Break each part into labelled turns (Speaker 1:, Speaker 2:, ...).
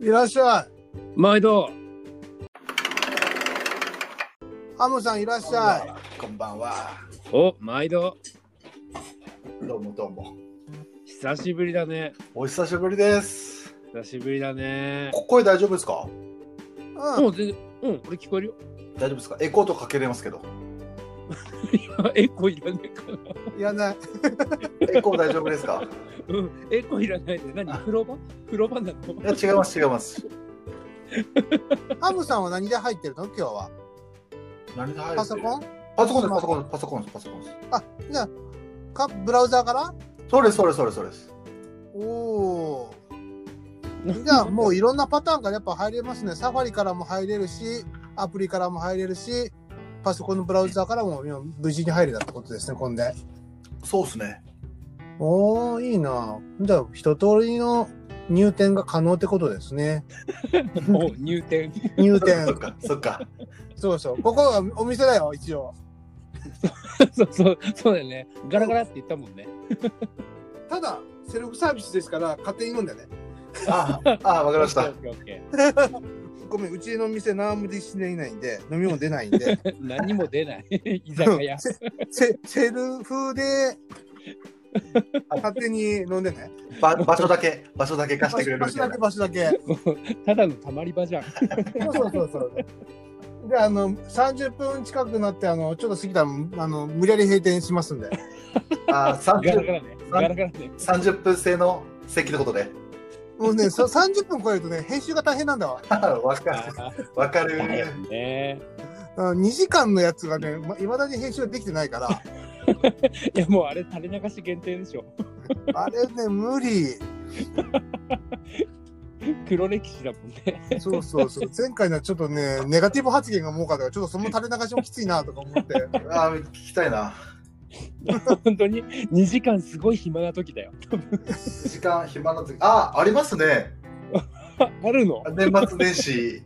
Speaker 1: いらっしゃい。
Speaker 2: 毎度。
Speaker 1: ハムさんいらっしゃい。
Speaker 3: こんばんは。
Speaker 2: お、毎度。
Speaker 3: どうもどうも。
Speaker 2: 久しぶりだね。
Speaker 3: お久しぶりです。
Speaker 2: 久しぶりだね。
Speaker 3: こ声大丈夫ですか
Speaker 1: うん。
Speaker 2: もう全然、うん、これ聞こえるよ。
Speaker 3: 大丈夫ですかエコーとかけれますけど。
Speaker 2: いやエコーいらないから。
Speaker 1: いやね。
Speaker 3: エコー大丈夫です か
Speaker 2: うん、エコーいらないで。何風呂場風呂場なの
Speaker 3: いや、違います、違います。
Speaker 1: ハムさんは何で入ってるの今日は。
Speaker 3: 何で入る
Speaker 1: パソコン
Speaker 3: パソコンです、パソコンです、パソコンです、パソコンです。
Speaker 1: あ、じゃあか、ブラウザーから
Speaker 3: そうです、そうです、そうです、そうです。
Speaker 1: おお。じゃあ、もういろんなパターンからやっぱ入れますね。サファリからも入れるし、アプリからも入れるし、パソコンのブラウザーからも今無事に入れたってことですね、今で。
Speaker 3: そうですね。
Speaker 1: おおいいな。じゃあ、一通りの入店が可能ってことですね。
Speaker 2: もう入店。
Speaker 1: 入
Speaker 3: そっ
Speaker 1: 店。
Speaker 3: か、そっ か。
Speaker 1: そうそう。ここはお店だよ、一応。
Speaker 2: そうそう、そうだよね。ガラガラって言ったもんね。
Speaker 1: ただ、セルフサービスですから、勝手に飲んでね。
Speaker 3: ああ、ああわかりまし
Speaker 2: オ
Speaker 3: た
Speaker 2: ッ。ケーオッケーオッ
Speaker 1: ごめん、うちの店何もできていないんで、飲み物出ないんで、
Speaker 2: ケー 何も出ない。居酒屋。
Speaker 1: セセルフで勝手に飲んでね。
Speaker 3: ば場所だけ、場所だけ貸してくれる
Speaker 1: 場
Speaker 3: み
Speaker 1: 所
Speaker 3: た
Speaker 1: だ
Speaker 3: いな
Speaker 1: け、。場所だけ。
Speaker 2: ただのたまり場じゃん。
Speaker 1: そうそうそうそう。で、あの、30分近くなって、あの、ちょっと過ぎたら、あの、無理やり閉店しますんで。
Speaker 3: ああ、
Speaker 2: ガラ
Speaker 3: 30
Speaker 2: ガラね。ガラガラね。
Speaker 3: 30分制の席のことで。
Speaker 1: もうね、そ30分超えるとね、編集が大変なんだわ。
Speaker 3: ああわかる。
Speaker 2: あ
Speaker 3: わか
Speaker 2: ーだよ
Speaker 3: る。
Speaker 2: ね。
Speaker 1: あの2時間のやつがね、ま未だに編集できてないから、
Speaker 2: いや、もうあれ垂れ流し限定でしょ。
Speaker 1: あれね、無理。
Speaker 2: 黒歴史だもんね。
Speaker 1: そうそうそう。前回のはちょっとね、ネガティブ発言が多かったから、ちょっとその垂れ流しもきついなとか思って。
Speaker 3: ああ、聞きたいな。
Speaker 2: 本当に2時間すごい暇な時だよ。
Speaker 3: 時間、暇な時。ああ、ありますね。
Speaker 2: あるの
Speaker 3: 年末年始。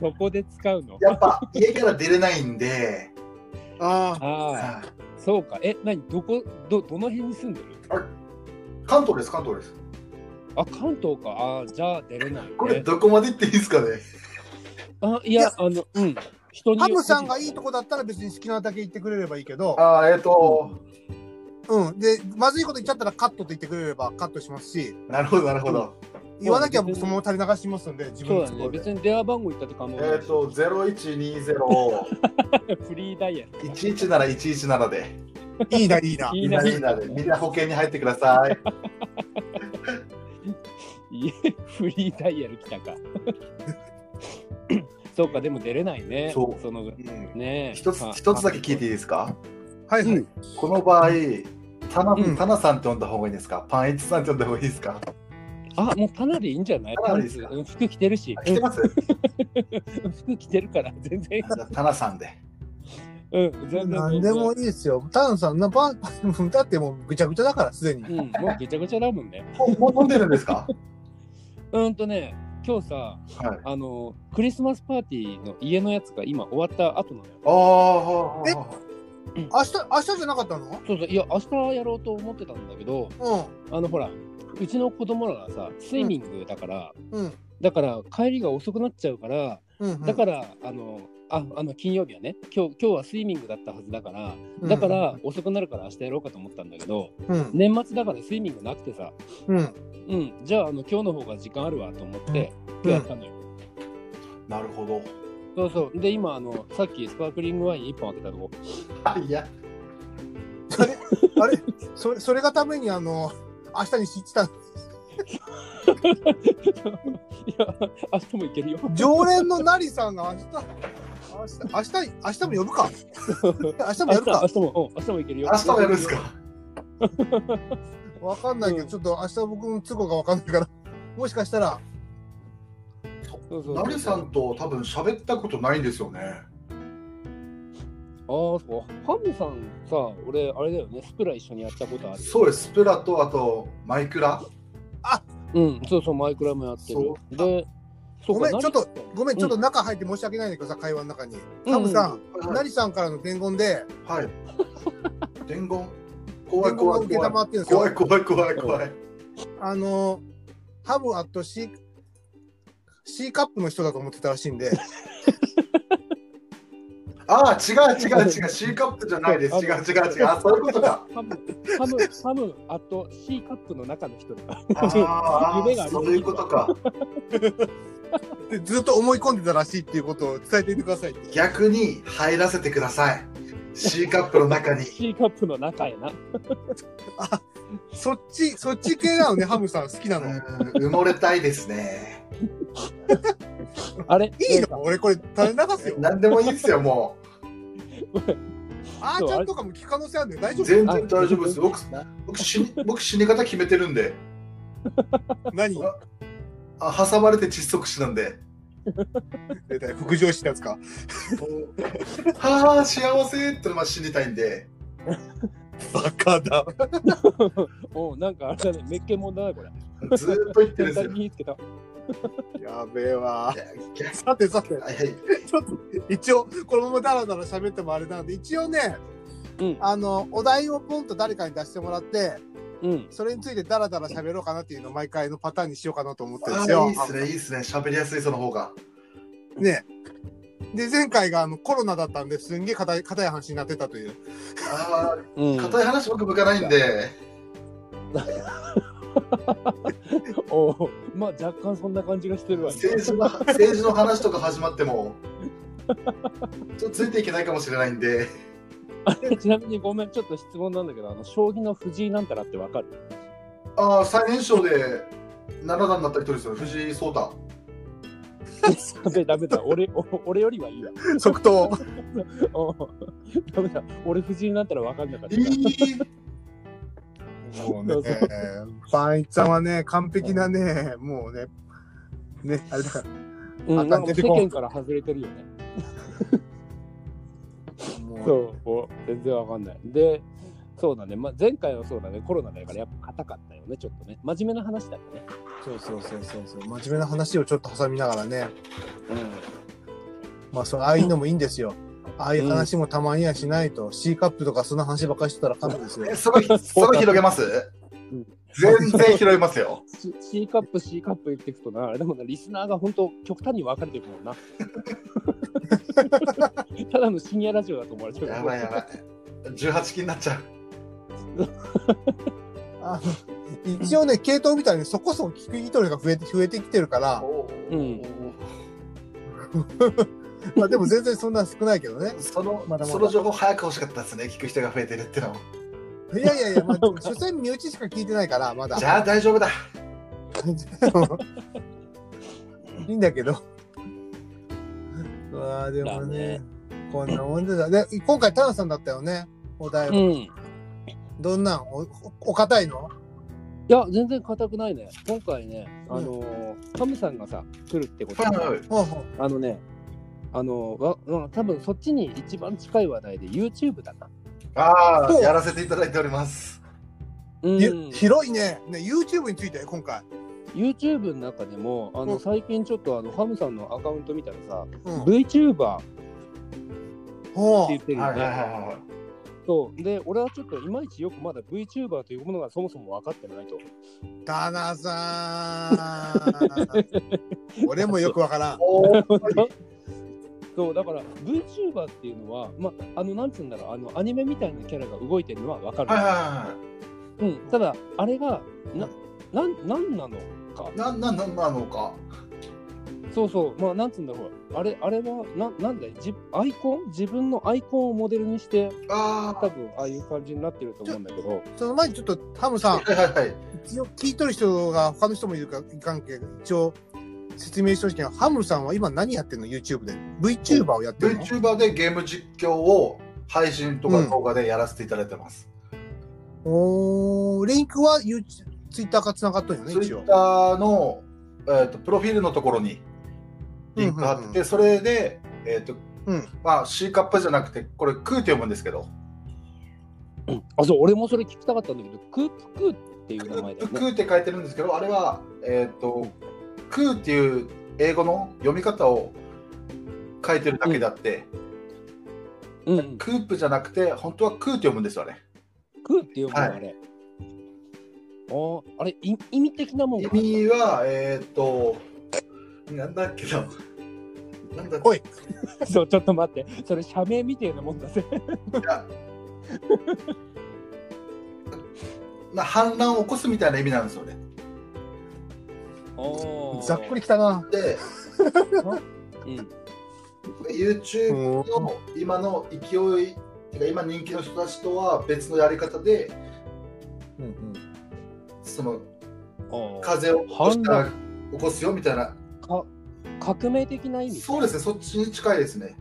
Speaker 2: そこで使うの
Speaker 3: やっぱ家から出れないんで、
Speaker 1: ああ、
Speaker 2: ああ、
Speaker 3: あ
Speaker 2: そうか。え、何どこ、ど、どの辺に住んでる
Speaker 3: 関東です、関東です。
Speaker 2: あ、関東か。ああ、じゃあ出れない、
Speaker 3: これ、
Speaker 2: ね。
Speaker 3: どこまで行っていいですかね。
Speaker 2: あ、い
Speaker 1: いや
Speaker 2: や、あの、うん。人に
Speaker 1: ハムさんがいいとこだったら別に好きなだけ言ってくれればいいけど、
Speaker 3: ああ、えっ、と、
Speaker 1: うん。で、まずいこと言っちゃったらカットって言ってくれればカットしますし、
Speaker 3: なるほど、なるほど。
Speaker 1: 言わなきゃ僕そのまま垂れ流しますんで、自分
Speaker 2: そう
Speaker 1: の
Speaker 2: だ
Speaker 1: とこ
Speaker 2: ね。
Speaker 1: ろで。
Speaker 2: 別に電話番号言ったとかも
Speaker 3: えっ、
Speaker 2: ないし。
Speaker 3: と、0120、
Speaker 2: フリーダイヤル。
Speaker 3: 117、117で、
Speaker 1: いいな、いいな。
Speaker 2: い
Speaker 3: み
Speaker 2: い
Speaker 3: ん
Speaker 2: な
Speaker 3: な、
Speaker 2: い
Speaker 3: み
Speaker 2: い
Speaker 3: ん
Speaker 2: な。
Speaker 3: なで、みんな保険に入ってください。
Speaker 2: いえフリーダイヤル来たか。そうか、でも出れないね。
Speaker 3: そう
Speaker 2: その
Speaker 1: うん
Speaker 2: ねえ
Speaker 3: 一つ、一つだけ聞いていいですか
Speaker 1: はいはい。
Speaker 2: うん
Speaker 3: この場合、タナ
Speaker 1: うん
Speaker 3: タナさんって呼んだ方がいいですかパンイチさんって呼んだ方がいいですか
Speaker 2: あ、もうかなりいいんじゃない
Speaker 3: かなりですか
Speaker 2: パンツうん服着てるし
Speaker 3: あ。来てます
Speaker 2: うん服着てるから、全然。
Speaker 3: じゃあタナさん で。
Speaker 2: うん、全然。
Speaker 1: なんでもいいですよ。タンさん、なパン、だってもうぐちゃぐちゃだから、すでに
Speaker 2: う。 ん、もうぐちゃぐちゃだもんね。
Speaker 3: もうもう飲んでるんですか
Speaker 2: うんとね、今日さ、
Speaker 3: はい。
Speaker 2: あの、クリスマスパーティーの家のやつが今終わった後なのよ。
Speaker 3: ああ、
Speaker 1: え
Speaker 3: ああ
Speaker 1: 明日、明日じゃなかったの
Speaker 2: そうそう、いや、明日やろうと思ってたんだけど、
Speaker 1: う
Speaker 2: あの、ほら、うちの子供らがさ、スイミングだから、
Speaker 1: ん。うん。
Speaker 2: だから帰りが遅くなっちゃうから、
Speaker 1: うん。
Speaker 2: だから、あの、ああの金曜日はね今日今日はスイミングだったはずだから
Speaker 1: うん
Speaker 2: だから、遅くなるから明日やろうかと思ったんだけど
Speaker 1: うん。
Speaker 2: 年末だからスイミングなくてさ
Speaker 1: うん。
Speaker 2: うんじゃああの今日の方が時間あるわと思って今日やったのよ、
Speaker 3: なるほど。
Speaker 2: そうそうで今あのさっきスパークリングワイン1本開けたとこ
Speaker 3: あ、いや。
Speaker 1: あれあれそれ、それがために、あの、明日に知ってた
Speaker 2: いや、明日も行けるよ。
Speaker 1: 常連のナリさんが明日、明日、明日、明日も呼ぶか。明日も
Speaker 2: 明
Speaker 1: やる
Speaker 2: 日 明
Speaker 1: か。
Speaker 2: 日も、うん、明日も行けるよ。
Speaker 3: 明日もやるんですか
Speaker 1: わかんないけど、
Speaker 2: うん
Speaker 1: ちょっと明日僕の都合がわかんないから、もしかしたら、
Speaker 2: そうそうそう
Speaker 3: ナリさんと多分喋ったことないんですよね。
Speaker 2: ああ、そう。ハムさんさ、俺、あれだよね、スプラ一緒にやったことある。
Speaker 3: そうです、スプラとあとマイクラ。
Speaker 2: うん、そうそう、マイクラもやって
Speaker 3: そ
Speaker 2: る。で、そう
Speaker 1: ごめん、
Speaker 2: か
Speaker 1: ちょっと、ごめん、
Speaker 2: うん
Speaker 1: ちょっと中入って申し訳ないんだけどさ、会話の中に。
Speaker 2: うん
Speaker 1: ハムさん、ナ
Speaker 3: はい。
Speaker 1: リさんからの伝言で、
Speaker 3: はい、 伝言。怖
Speaker 1: 伝言が
Speaker 3: い怖い
Speaker 1: 受けた
Speaker 3: 怖
Speaker 1: ま
Speaker 3: い。
Speaker 1: ってるんです
Speaker 3: 怖い
Speaker 1: よ。
Speaker 3: 怖い怖い怖い。
Speaker 1: あの、ハムアット C、C カップの人だと思ってたらしい んで、
Speaker 3: ああ、違う違う違う、C カップじゃないです。違う違う違う。あそういうこと か。
Speaker 2: ハム、ハム、ハム、あと C カップの中の人だ。
Speaker 3: あ
Speaker 2: 夢があ
Speaker 3: あ、
Speaker 2: りすぎる
Speaker 3: そういうことか。
Speaker 1: でずっと思い込んでたらしいっていうことを伝えていてくださいって。
Speaker 3: 逆に入らせてください。C カップの中に。
Speaker 2: C カップの中やな。
Speaker 1: そっち、そっち系なのね、ハムさん好きな
Speaker 3: う
Speaker 1: の。い
Speaker 3: ーん埋もれたいですね。
Speaker 2: あれ
Speaker 1: いの俺これ垂れ流すよ。
Speaker 3: 何でもいいですよ、も
Speaker 1: あーちゃんとかも聞く可能性あるんで大丈
Speaker 3: う。
Speaker 1: 夫
Speaker 3: 全然大丈夫です。僕、僕死に僕死に方決めてるんで。
Speaker 1: 何
Speaker 3: あ挟まれて窒息死な んで。
Speaker 1: 出たよ副上司ってやつか。
Speaker 3: はあ、幸せってのは死にたいんで。
Speaker 1: バカだ。
Speaker 2: おうなんかあれだね、めっけもんだな、これ。
Speaker 3: ずーっと言ってるん
Speaker 2: 全体
Speaker 3: ですよ。
Speaker 2: につけた。
Speaker 1: やべえわ
Speaker 3: い。や逆
Speaker 1: さてさて、
Speaker 3: はいはい。
Speaker 1: ちょっと一応このままダラダラ喋ってもあれなんで、一応ね、
Speaker 2: うん
Speaker 1: あの、お題をポンと誰かに出してもらって、
Speaker 2: うん。
Speaker 1: それについてダラダラ喋ろうかなっていうのを毎回のパターンにしようかなと思ってるん
Speaker 3: あ
Speaker 1: です
Speaker 3: ー
Speaker 1: よ
Speaker 3: いい。ですね、いいですね。喋りやすい、その方が。
Speaker 1: ね。で、前回があのコロナだったんですんげえ硬い硬い話になってたという。
Speaker 3: あ
Speaker 2: うん
Speaker 3: あ、硬い話僕向かないんで。
Speaker 2: おう まあ若干そんな感じがして るわ。
Speaker 3: 政治の政治の話とか始まってもちょっとついていけないかもしれないんで
Speaker 2: あれちなみにごめん、ちょっと質問なんだけど、あの将棋の藤井なんたらってわかる
Speaker 3: ああ最年少で七段になった人ですよ藤井聡太
Speaker 2: ダメダメだ、俺お俺よりはいいわ。
Speaker 1: 即答。
Speaker 2: おうダメだ、俺藤井なんたらわかんなかった
Speaker 3: え。ー
Speaker 1: もうね、バンイちゃんはね、完璧なね、もうね、ね、あれだか
Speaker 2: うん、なん
Speaker 1: あ出
Speaker 2: か世
Speaker 1: てこん
Speaker 2: 間から外れてるよね。
Speaker 1: ら、もう、
Speaker 2: そう、お全然わかんない。で、そうだね、まあ、前回はそうだね、コロナだからやっぱ硬かったよね、ちょっとね。真面目な話だったね。
Speaker 1: そうそうそうそうそう、真面目な話をちょっと挟みながらね、まあ、そうああいうのもいいんですよ。ああいう話もたまにはしないと、C カップとかそんな話ばっかりしてたらカッですよ。
Speaker 3: すごいすごい広げます
Speaker 2: うん
Speaker 3: 全然広げますよ
Speaker 2: C, C カップ、C カップ言っていくとな、あれでもな、リスナーが本当、極端に分かれてるも んな。ただの深夜ラジオだと思われちゃう。
Speaker 3: やばいやばい18期になっちゃう
Speaker 1: あの一応ね、系統みたいにそこそこ聞く人が増えて、増えてきてるから、
Speaker 2: うん
Speaker 1: まあでも全然そんな少ないけどね。
Speaker 3: その
Speaker 1: まだまだ
Speaker 3: その情報早く欲しかったですね聞く人が増えてるってのも
Speaker 1: いやいやいや、まあ、でも所詮身内しか聞いてないから、まだ
Speaker 3: じ。ゃあ大丈夫 だ
Speaker 1: いいんだけど。うわあでもね、こんなもんでだ。で、今回、タナさんだったよね、お題は。
Speaker 2: うん。い
Speaker 1: どんなんお、おお堅いの
Speaker 2: や、全然硬くないね。今回ね、あのーハムさんがさ、来るってことで
Speaker 1: ほうほう
Speaker 2: あのね、あのーわ、うん多分そっちに一番近い話題で YouTube だな。
Speaker 3: ああ
Speaker 1: そう
Speaker 3: やらせていただいております
Speaker 2: う
Speaker 1: ゆ広いね。ね、YouTube について、今回。
Speaker 2: YouTube の中でもあ
Speaker 1: う
Speaker 2: の
Speaker 1: ん
Speaker 2: 最近ちょっとあのハムさんのアカウント見たらさ、
Speaker 1: うん。
Speaker 2: VTuber って
Speaker 1: ほ
Speaker 2: 言ってる
Speaker 3: は
Speaker 2: よ
Speaker 3: いはいはい
Speaker 2: ね。
Speaker 3: はい
Speaker 2: そうで俺はちょっといまいちよくまだ VTuber というものがそもそも分かってないと。
Speaker 1: う。タナさん。 俺もよくわからん。
Speaker 3: おー
Speaker 2: そうだから VTuber っていうのは、まあ、あのなんつうんだろうあのアニメみたいなキャラが動いてるのは分かる、
Speaker 3: はいはいはいはい
Speaker 2: うん、ただあれがななんなんなのか
Speaker 3: なんなんなんなのか。
Speaker 2: そうそうまあなんつうんだろうあれあれはななんだいじアイコン自分のアイコンをモデルにして
Speaker 3: あ
Speaker 2: 多分ああいう感じになってると思うんだけど。
Speaker 1: その前にちょっと、タムさん、
Speaker 3: はいはいはい。
Speaker 1: 一応聞いとる人が他の人もいるかいかんけど、一応説明してほしいけど、ハムさんは今何やってんの ?YouTube で。VTuber をやってるの
Speaker 3: VTuber でゲーム実況を配信とか動画でやらせていただいてます。
Speaker 1: おー、リンクは YouTube Twitter が繋がっとるよね、一応。
Speaker 3: Twitter の、えー、とプロフィールのところにリンク貼ってて、
Speaker 1: うんうんう
Speaker 3: それで、えーと
Speaker 1: うん。
Speaker 3: まあ、C カップじゃなくてこれ空って読むんですけど、
Speaker 2: あ、そう、俺もそれ聞きたかったんだけど、クープクーっていう名前だよね。
Speaker 3: 空って書いてるんですけどあれは、えー、と空っていう英語の読み方を書いてるだけであって、
Speaker 2: うんうん、
Speaker 3: クープじゃなくて本当は空って読むんですよね。
Speaker 2: クーって読むのあれ。ーあれ意意味的なもん
Speaker 3: 意
Speaker 2: か
Speaker 3: 味は、えーっと、なんだっけな。なんだっけ
Speaker 1: おい
Speaker 2: そうちょっと待ってそれ社名みてえなもんだぜ
Speaker 3: な反乱を起こすみたいな意味なんですよね。
Speaker 1: ざっくりきたな。
Speaker 3: で、
Speaker 2: うん、
Speaker 3: YouTube
Speaker 1: うん
Speaker 3: の今の勢い、てか今人気の人たちとは別のやり方で、
Speaker 1: うん
Speaker 3: その
Speaker 2: あー
Speaker 3: 風を起こしたら起こすよみたいな、
Speaker 2: か革命的な意味
Speaker 3: そうですね、そっちに近いですね。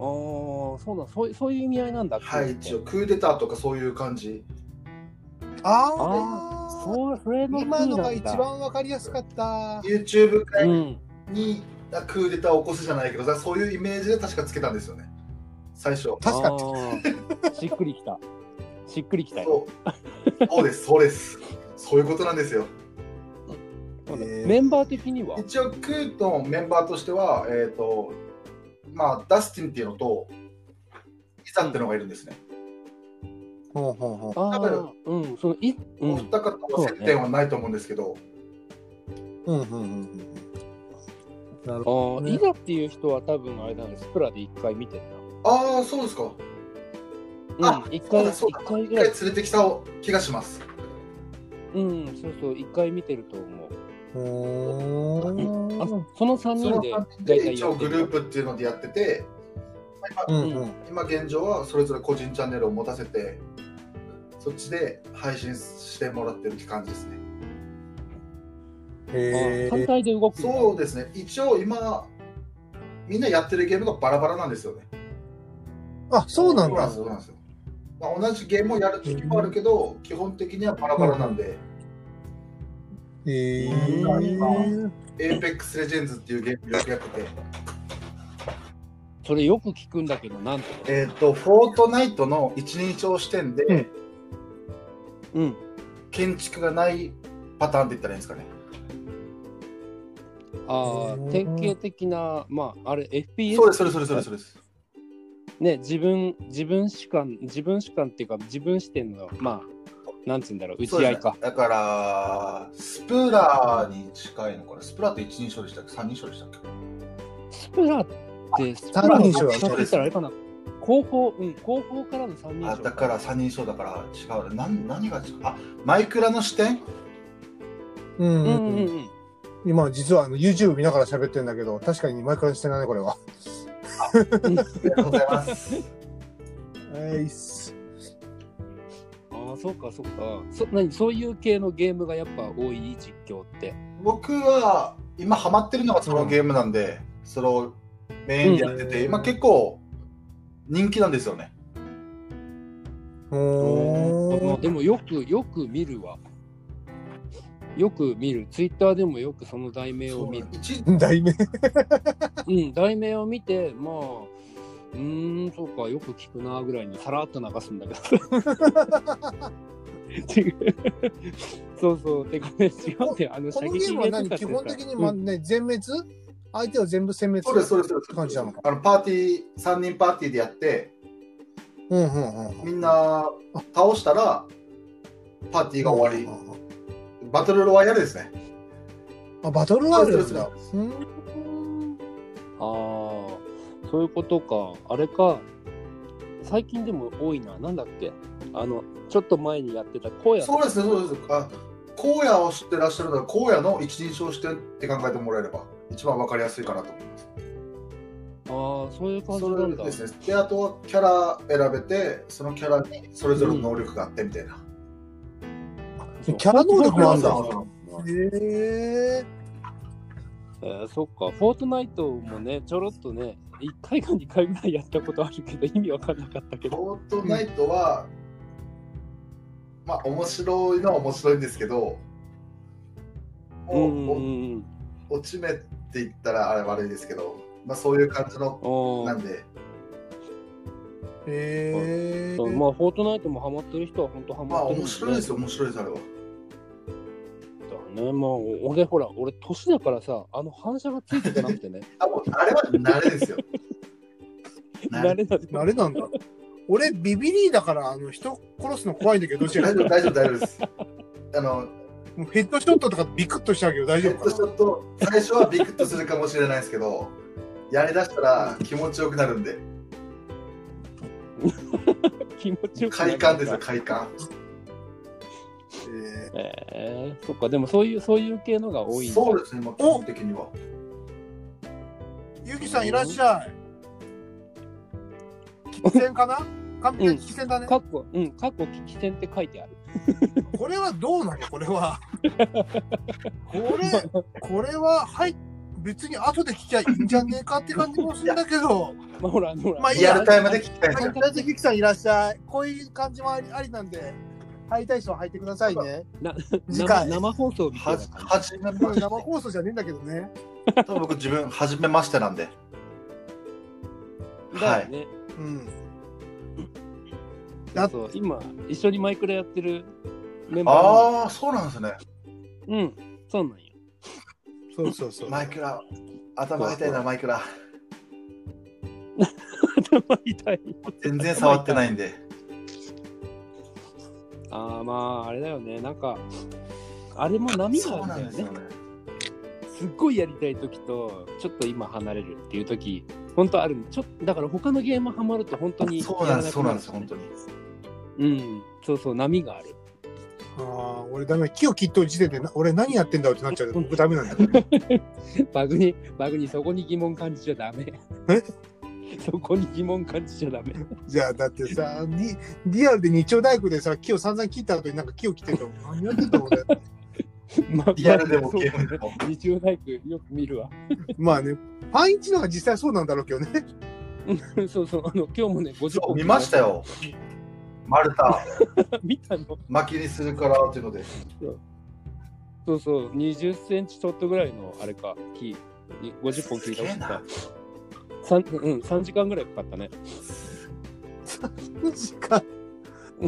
Speaker 2: ああそうなんそういそういう意味合いなんだ
Speaker 3: はい、一応、クーデターとかそういう感じ。
Speaker 1: ああ、
Speaker 2: そうそれの意味な
Speaker 1: 今
Speaker 2: んだ
Speaker 1: のが一番わかりやすかった。
Speaker 3: YouTube 界
Speaker 2: うん
Speaker 3: にあクーデターを起こすじゃないけどさ、そういうイメージで確かつけたんですよね、最初。
Speaker 1: 確かに。
Speaker 2: にしっくりきたしっくりきたよ
Speaker 3: そうそうです、そうです。そういうことなんですよ。
Speaker 1: うえー
Speaker 2: メンバー的には
Speaker 3: 一応、クーのメンバーとしては、えっ、と、まあ、ダスティンっていうのと、イザンっていうのがいるんですね。
Speaker 1: ほうほうほう。
Speaker 2: あ
Speaker 3: 多
Speaker 2: あ
Speaker 3: 分
Speaker 2: うんそのい、う
Speaker 3: お
Speaker 2: ん、
Speaker 3: 二方の接点はないと思うんですけど、
Speaker 1: うんうんうんうん。なる
Speaker 2: あ
Speaker 1: ほ
Speaker 2: ー
Speaker 1: ね
Speaker 2: イザっていう人は多分あれだねスプラで一回見てん
Speaker 3: ああ、そうですか。
Speaker 2: な
Speaker 3: あ
Speaker 2: うん一回
Speaker 3: そ
Speaker 2: 一
Speaker 3: うだ
Speaker 2: 回
Speaker 3: 一
Speaker 2: ぐ
Speaker 3: 回
Speaker 2: らい
Speaker 3: 連れてきた気がします。
Speaker 2: うんそうそう一回見てると思う
Speaker 1: ど。うーん。
Speaker 2: あその三
Speaker 3: そ
Speaker 2: 人
Speaker 3: の
Speaker 2: で
Speaker 3: 感
Speaker 2: 大
Speaker 3: じで
Speaker 2: 体
Speaker 3: 一
Speaker 2: や
Speaker 3: 応
Speaker 2: って
Speaker 3: グ
Speaker 2: る
Speaker 3: ループっていうのでやってて、
Speaker 1: うんうん。
Speaker 3: 今現状はそれぞれ個人チャンネルを持たせて、そっちで配信してもらってるって感じですね。
Speaker 1: へ
Speaker 2: あ反
Speaker 1: え。
Speaker 2: 対で動くんだ
Speaker 3: そうですね、一応今、みんなやってるゲームがバラバラなんですよね。
Speaker 1: あ、そうな
Speaker 3: そ
Speaker 1: ん
Speaker 3: うなんで
Speaker 1: だ
Speaker 3: す。そうなんですよ。まあ、同じゲームをやる時もあるけど、基本的にはバラバラなんで、
Speaker 1: へえ。
Speaker 3: Apex Legends っていうゲームよくやってて、
Speaker 2: それよく聞くんだけどなんて
Speaker 3: えっ、と、フォートナイトの一人称視点で、
Speaker 1: うん
Speaker 2: うん
Speaker 3: 建築がないパターンって言ったらいいんですかね。
Speaker 2: ああ
Speaker 1: うん
Speaker 2: 典型的なまああれ FPS
Speaker 3: そうです、それ、それ、それ、それです。
Speaker 2: ね自分自分主観自分主観っていうか自分視点のまあなんつうんだろう打ち合い
Speaker 3: そう
Speaker 2: か
Speaker 3: ですねだから、スプラに近いのかな。スプラって一人称でしたっけ三人称でしたっけ
Speaker 2: スプラってスプラ
Speaker 1: 三人称
Speaker 2: ど
Speaker 1: は
Speaker 2: っちかって言ったらあれかな後方うん後方からの三人
Speaker 3: あ
Speaker 2: 称
Speaker 3: だから三人称だから違うなん何が違うあマイクラの視点
Speaker 1: う
Speaker 2: うん
Speaker 1: う
Speaker 2: んうんん
Speaker 1: う。
Speaker 2: うんん
Speaker 1: 今実はあの YouTube 見ながら喋ってるんだけど、確かにマイクラにしてないねこれは。
Speaker 3: ありがとうございます
Speaker 1: はいっす。
Speaker 2: ああそうかそうかそ何そういう系のゲームがやっぱ多い実況って
Speaker 3: 僕は今ハマってるのがそのゲームなんで、それをメインでやってて、
Speaker 1: うん
Speaker 3: 今結構人気なんですよね
Speaker 1: お
Speaker 2: あまあ
Speaker 1: ー
Speaker 2: でもよくよく見るわよく見るツイッターでもよくその題名を見る
Speaker 3: 一
Speaker 1: 題名。
Speaker 2: うん、題名を見て、まあ、うーん、そうか、よく聞くなぐらいにさらっと流すんだ けど。違うそうそう、てかね、違うんだよ。あの、
Speaker 1: こ
Speaker 2: 射
Speaker 1: の
Speaker 2: 撃
Speaker 1: ゲームは何
Speaker 2: 入れてたって
Speaker 1: 基
Speaker 2: さ
Speaker 1: 本的に
Speaker 2: う
Speaker 1: まあ
Speaker 2: ん
Speaker 1: ね、全滅相手を全部殲滅
Speaker 3: そうですそうですそうで
Speaker 1: っ
Speaker 3: す
Speaker 1: て感じなのか
Speaker 3: あのパーティー3人パーティーでやって
Speaker 1: うんうんうん
Speaker 3: みんな倒したらパーティーが終わ
Speaker 1: り
Speaker 3: りバトルロワイヤルですね
Speaker 1: あバトルワールドなん
Speaker 3: そ
Speaker 1: だ
Speaker 3: うです
Speaker 1: うん
Speaker 2: ああ、そういうことか。あれか、最近でも多いな。なんだっけあの、ちょっと前にやってた、荒野
Speaker 3: そうですねそうですあ荒野を知ってらっしゃるなら荒野の一人称視点って考えてもらえれば一番わかりやすいかなと思います
Speaker 2: ああ、そういう感じ
Speaker 3: そ
Speaker 2: な
Speaker 3: れ
Speaker 2: んだ。
Speaker 3: ですねであとはキャラ選べてそのキャラにそれぞれの能力があってみたいな、
Speaker 2: そう
Speaker 1: キャラ能力もあんだ
Speaker 2: そうそうそう
Speaker 1: へえ
Speaker 2: えーそっか、フォートナイトもね、ちょろっとね、1回か2回ぐらいやったことあるけど、意味わかんなかったけど。
Speaker 3: フォートナイトは、まあ面白いのは面白いんですけど
Speaker 2: う
Speaker 3: も
Speaker 2: ん
Speaker 3: う
Speaker 2: う
Speaker 3: お
Speaker 2: ん
Speaker 3: 落ち目って言ったらあれ悪いですけど、まあ、そういう感じの
Speaker 2: うん。
Speaker 3: な
Speaker 2: あ
Speaker 3: んで
Speaker 1: へえ
Speaker 2: ーまあ、フォートナイトもハマってる人は本当ハ
Speaker 3: まあ
Speaker 2: マってる、
Speaker 3: 面白いですよ面白いですあれは
Speaker 2: だね。まあ、お俺ほら、俺年だからさ、あの反射がついてこなくてね。
Speaker 3: あもうあれは慣れ ですよ慣
Speaker 2: 慣れ
Speaker 3: れ
Speaker 2: なくて。
Speaker 1: あれなんだ俺ビビリだからあの人殺すの怖いんだけどどうしよ
Speaker 3: 大
Speaker 1: う
Speaker 3: 丈夫大丈夫大丈夫です。あの、
Speaker 1: もうヘッドショットとかビクッとしちゃうけど大
Speaker 3: ヘ
Speaker 1: 丈
Speaker 3: ッドシ
Speaker 1: 夫か
Speaker 3: ョット、最初はビクッとするかもしれないですけど、やりだしたら気持ちよくなるんで、
Speaker 2: 気持ちよくなる
Speaker 3: 快感ですよ、快感。
Speaker 1: な、え
Speaker 2: えー、そっか、でもそういう、そういう系のが多いんだ
Speaker 3: そうですね、もう基本的には。
Speaker 1: ーゆきさんいらっしゃい。喫煙かな完璧な喫煙だね、
Speaker 2: かっこ、うん、かっこ聞き戦って書いてある。
Speaker 1: これはどうなのこれは。 これ、これは、はい、別に後で聞きゃいいんじゃねえかって感じもするんだけど、
Speaker 2: まあ、ほら、ほら。
Speaker 1: まあいい
Speaker 3: リ
Speaker 1: や
Speaker 3: アルタイムで聞きたいんです
Speaker 1: と
Speaker 3: よ。
Speaker 1: りあえず、ひきさんいらっしゃい。こういう感じもありありなんで、入りたい人は入ってくださいね。
Speaker 2: な
Speaker 1: 次
Speaker 2: 生
Speaker 1: 回、
Speaker 2: 生放送みたい
Speaker 3: は
Speaker 2: な
Speaker 3: じ、
Speaker 2: 感
Speaker 3: はじめ
Speaker 1: こ
Speaker 3: ま
Speaker 1: れ
Speaker 3: して、
Speaker 1: 生放送じゃねえんだけどね。
Speaker 3: 多分僕自分、はじめましてなんで。
Speaker 2: じだよね。
Speaker 1: うん。
Speaker 2: あ
Speaker 1: あ
Speaker 2: と今一緒にマイクラやってるメンバーの
Speaker 3: ああ、そうなんですね。
Speaker 2: うんそう なんよ
Speaker 1: そうそうそう。
Speaker 3: マイクラ、頭痛いな、マイクラ。
Speaker 2: 頭痛い
Speaker 3: 全然触ってないんで。
Speaker 2: ああまああれだよねなんかあれも波
Speaker 3: そ
Speaker 2: があ
Speaker 3: うなん
Speaker 2: るん
Speaker 3: です
Speaker 2: だよ
Speaker 3: よ
Speaker 2: ね
Speaker 3: ね。
Speaker 2: すっごいやりたい時とちょっと今離れるっていう時本当あるちょだから他のゲームハマると本当に
Speaker 3: そうなんです、そうなんです、
Speaker 2: よ
Speaker 3: 本当に。
Speaker 2: うんそうそう波がある
Speaker 1: ああ、俺ダメ。木を切っとる時点でな、俺何やってんだろうってなっちゃうけど、僕ダメなんだよ ね。
Speaker 2: バグにバグにそこに疑問感じちゃダメ
Speaker 1: え
Speaker 2: そこに疑問感じちゃダメ
Speaker 1: じゃあ、だってさ、リリアルで日曜大工でさ、木を散々切った後になんか木を切ってると、 何やってんだろうね。
Speaker 2: まあ
Speaker 3: リアルでも
Speaker 2: そう
Speaker 3: ゲームでも。
Speaker 2: 日曜大工よく見るわ
Speaker 1: まあね、ファンイチの方が実際そうなんだろうけどね。
Speaker 2: そうそう、あの、今日もね、50
Speaker 3: そう
Speaker 2: 本
Speaker 3: 見ましたよ。マルタ、
Speaker 2: 見たの。
Speaker 3: 巻きにするからっていうので。
Speaker 2: そうそう、20センチちょっとぐらいの、あれか、木、に50本切り倒してた。三うん、3時間ぐらいかかったね。
Speaker 1: 時間。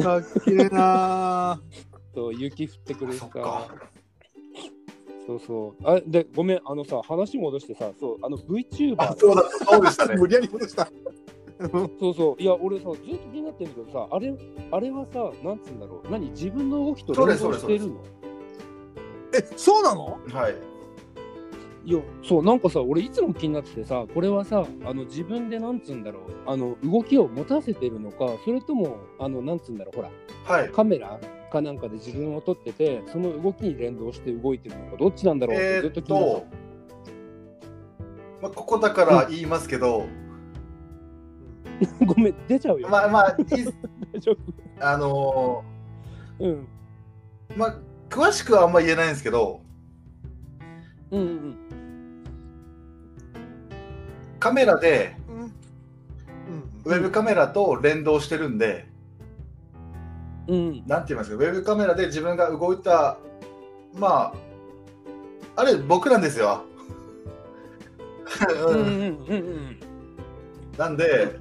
Speaker 1: かっけえな
Speaker 2: そう、雪降ってくる
Speaker 3: そ
Speaker 2: さ
Speaker 3: っ。か。
Speaker 2: そうそう。あ、で、ごめん、あのさ、話戻してさ、そう、あの、
Speaker 3: あ
Speaker 2: VTuber、、
Speaker 3: そうだ、そうでした
Speaker 1: ぁ。
Speaker 3: ね。
Speaker 1: 無理やり戻した。
Speaker 2: そうそう、いや、俺さ、ずっと気になってるけどさ、あれ、あれはさ、なんつうんだろう、何、自分の動きと連
Speaker 3: そう
Speaker 2: 動し
Speaker 3: ですそうで
Speaker 2: て
Speaker 3: す
Speaker 2: るの
Speaker 1: え、そうなの
Speaker 3: はい。
Speaker 2: いやそうなんかさ俺いつも気になっててさこれはさあの自分でなんつうんだろうあの動きを持たせてるのかそれともあのなんつうんだろうほら
Speaker 3: はい。
Speaker 2: カメラかなんかで自分を撮っててその動きに連動して動いてるのかどっちなんだろうって
Speaker 3: え
Speaker 2: ずっと
Speaker 3: ーっ
Speaker 2: 気になって
Speaker 3: と、まあ、ここだから言いますけど、
Speaker 2: たごめん出ちゃうよ、
Speaker 3: まあまあ、いい
Speaker 2: 大丈
Speaker 3: あの
Speaker 2: 夫うん
Speaker 3: ーまあ、詳しくはあんま言えないんですけど、
Speaker 2: うんうん
Speaker 3: カメラで、
Speaker 1: うん。うん
Speaker 3: ウェブカメラと連動してるんで、
Speaker 2: うん
Speaker 3: なんて言いますか、ウェブカメラで自分が動いた、まあ、あれ、僕なんですよ。
Speaker 2: うんう
Speaker 3: うんん
Speaker 2: うんうん
Speaker 3: なんで、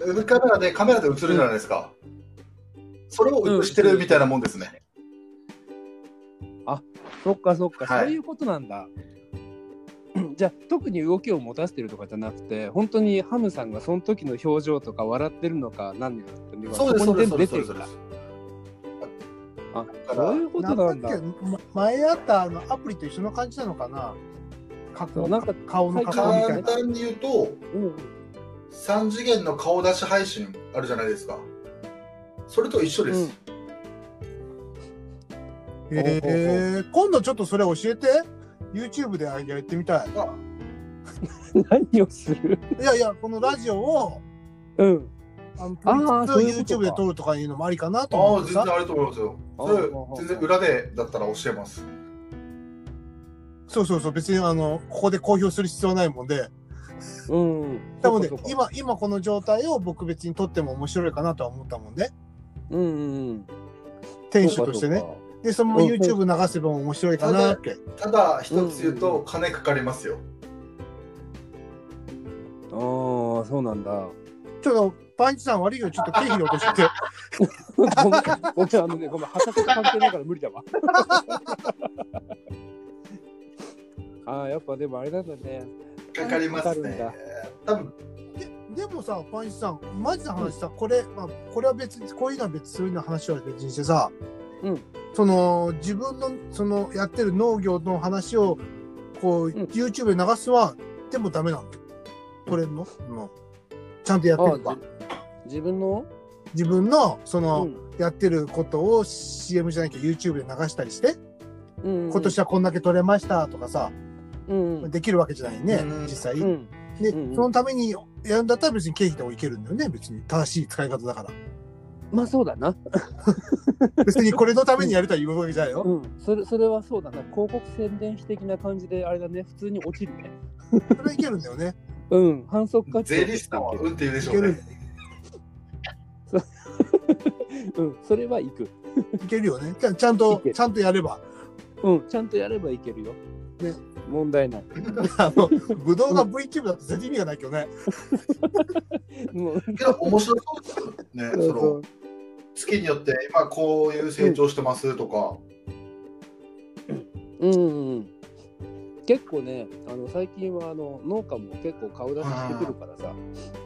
Speaker 3: ウェブカメラでカメラで映るじゃないですか。それを映してるみたいなもんですね。
Speaker 2: そっかそっか、
Speaker 3: はい
Speaker 2: そういうことなんだ じゃあ特に動きを持たせてるとかじゃなくて本当にハムさんがその時の表情とか笑ってるのか何のかっていうのが
Speaker 3: そうです、
Speaker 2: こ
Speaker 3: そう
Speaker 2: こに
Speaker 3: です、
Speaker 2: 全
Speaker 3: そ
Speaker 2: 部出て
Speaker 3: うです。そう
Speaker 2: る
Speaker 3: です
Speaker 2: ん
Speaker 3: そ
Speaker 2: だ
Speaker 3: うです
Speaker 2: あ
Speaker 3: だから
Speaker 2: そういうこと
Speaker 1: なん
Speaker 2: なん
Speaker 1: だ
Speaker 2: だ
Speaker 1: っけ、ま前あったあのアプリと一緒の感じなのかな加
Speaker 2: そ
Speaker 1: 工
Speaker 2: うなんか
Speaker 1: 顔の加工みた
Speaker 3: 簡
Speaker 1: いな。
Speaker 3: 単に言うと、
Speaker 2: うん
Speaker 3: 3次元の顔出し配信あるじゃないですか。それと一緒です。
Speaker 2: うん
Speaker 1: えー、今度ちょっとそれ教えて。YouTube でやってみたい。
Speaker 3: まあ
Speaker 2: 何をする
Speaker 1: いやいや、このラジオを、
Speaker 2: うん
Speaker 1: あの、
Speaker 2: あーそういうことか
Speaker 1: YouTube で撮るとかいうのもありかなと
Speaker 3: あ
Speaker 1: 思
Speaker 3: あ、
Speaker 1: ってさ
Speaker 3: 全然。あると思いますよ。そ
Speaker 2: あ
Speaker 3: れ
Speaker 2: あああ、
Speaker 3: 全然裏でだったら教えます。
Speaker 1: そうそうそう、別にあの、ここで公表する必要ないもんで、
Speaker 2: うん
Speaker 1: 多分ね
Speaker 2: そっかそっ、か
Speaker 1: 今、今この状態を僕別に撮っても面白いかなとは思ったもんね。
Speaker 2: うんうんうん
Speaker 1: 店主としてね。で、そのまま YouTube 流せば面白いかなって。
Speaker 3: ただ、一つ言うと、金かかりますよ。
Speaker 2: そうかああそうなんだ
Speaker 1: ちょっと、パンチさん悪いよ、ちょっと経費の落として。
Speaker 2: ごめんごめんあのねごめん畑と関係ないから無理だわ ああやっぱでもあれなんだね
Speaker 3: かかります
Speaker 2: かかるん
Speaker 3: ね
Speaker 2: だ。
Speaker 3: 多分
Speaker 1: でもさ、パンチさん、マジな話さ、これ、まあ、これは別に、こういうのは別に、そういうの話は別にしてさ、
Speaker 2: うん
Speaker 1: その自分のそのやってる農業の話をこう、
Speaker 2: ん
Speaker 1: YouTube で流すはでもダメなの取れんのそのちゃんとやってるのか
Speaker 2: あ自分の、
Speaker 1: 自分のそうの、
Speaker 2: ん
Speaker 1: やってることを CM じゃなきゃ YouTube で流したりして、
Speaker 2: うんうん、
Speaker 1: 今年はこんだけ取れましたとかさ、
Speaker 2: うんうん
Speaker 1: できるわけじゃないね、
Speaker 3: うん
Speaker 1: 実際、
Speaker 2: うん
Speaker 1: で、
Speaker 2: うん
Speaker 1: そのためにやるんだったら別に経費でもいけるんだよね別に正しい使い方だから
Speaker 2: まあそうだな、
Speaker 1: 別にこれのためにやるとは言うわけじゃないよ、
Speaker 2: うん、それそれはそうだな広告宣伝費的な感じであれだね普通に落ちるね
Speaker 1: それはいけるんだよね
Speaker 2: うん反則価値
Speaker 3: 税理士さんはうんって言うで
Speaker 1: い
Speaker 3: しょ
Speaker 1: け
Speaker 3: う
Speaker 1: る
Speaker 3: ね。
Speaker 2: うんそれはいく
Speaker 1: いけるよねちゃちゃんと
Speaker 2: いける
Speaker 1: ちゃんとやれば
Speaker 2: うんちゃんとやればいけるよ
Speaker 1: ね
Speaker 2: 問題ない
Speaker 1: あのブドウが VTube だと全然意味がないけどね
Speaker 2: もう
Speaker 3: けど面白そうですよね。その月によって今こういう成長してますとか。
Speaker 2: うんうんうん結構ねあの最近はあの農家も結構顔出ししてくるからさ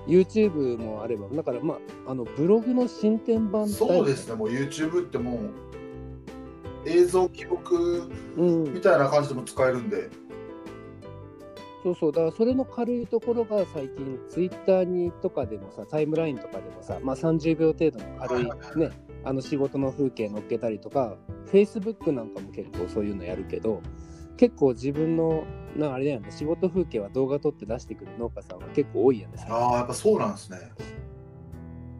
Speaker 2: YouTube もあればだからまああのブログの進展版
Speaker 3: そうですね。もう YouTube ってもう映像記録
Speaker 2: うん
Speaker 3: みたいな感じでも使えるんで。
Speaker 2: そうそうだからそれの軽いところが最近ツイッターにとかでもさタイムラインとかでもさ、まあ、30秒程度の軽い ねあの仕事の風景載っけたりとか Facebook なんかも結構そういうのやるけど結構自分のなあれだよね仕事風景は動画撮って出してくる農家さんは結構多いよね
Speaker 3: ああやっぱそうなんですね。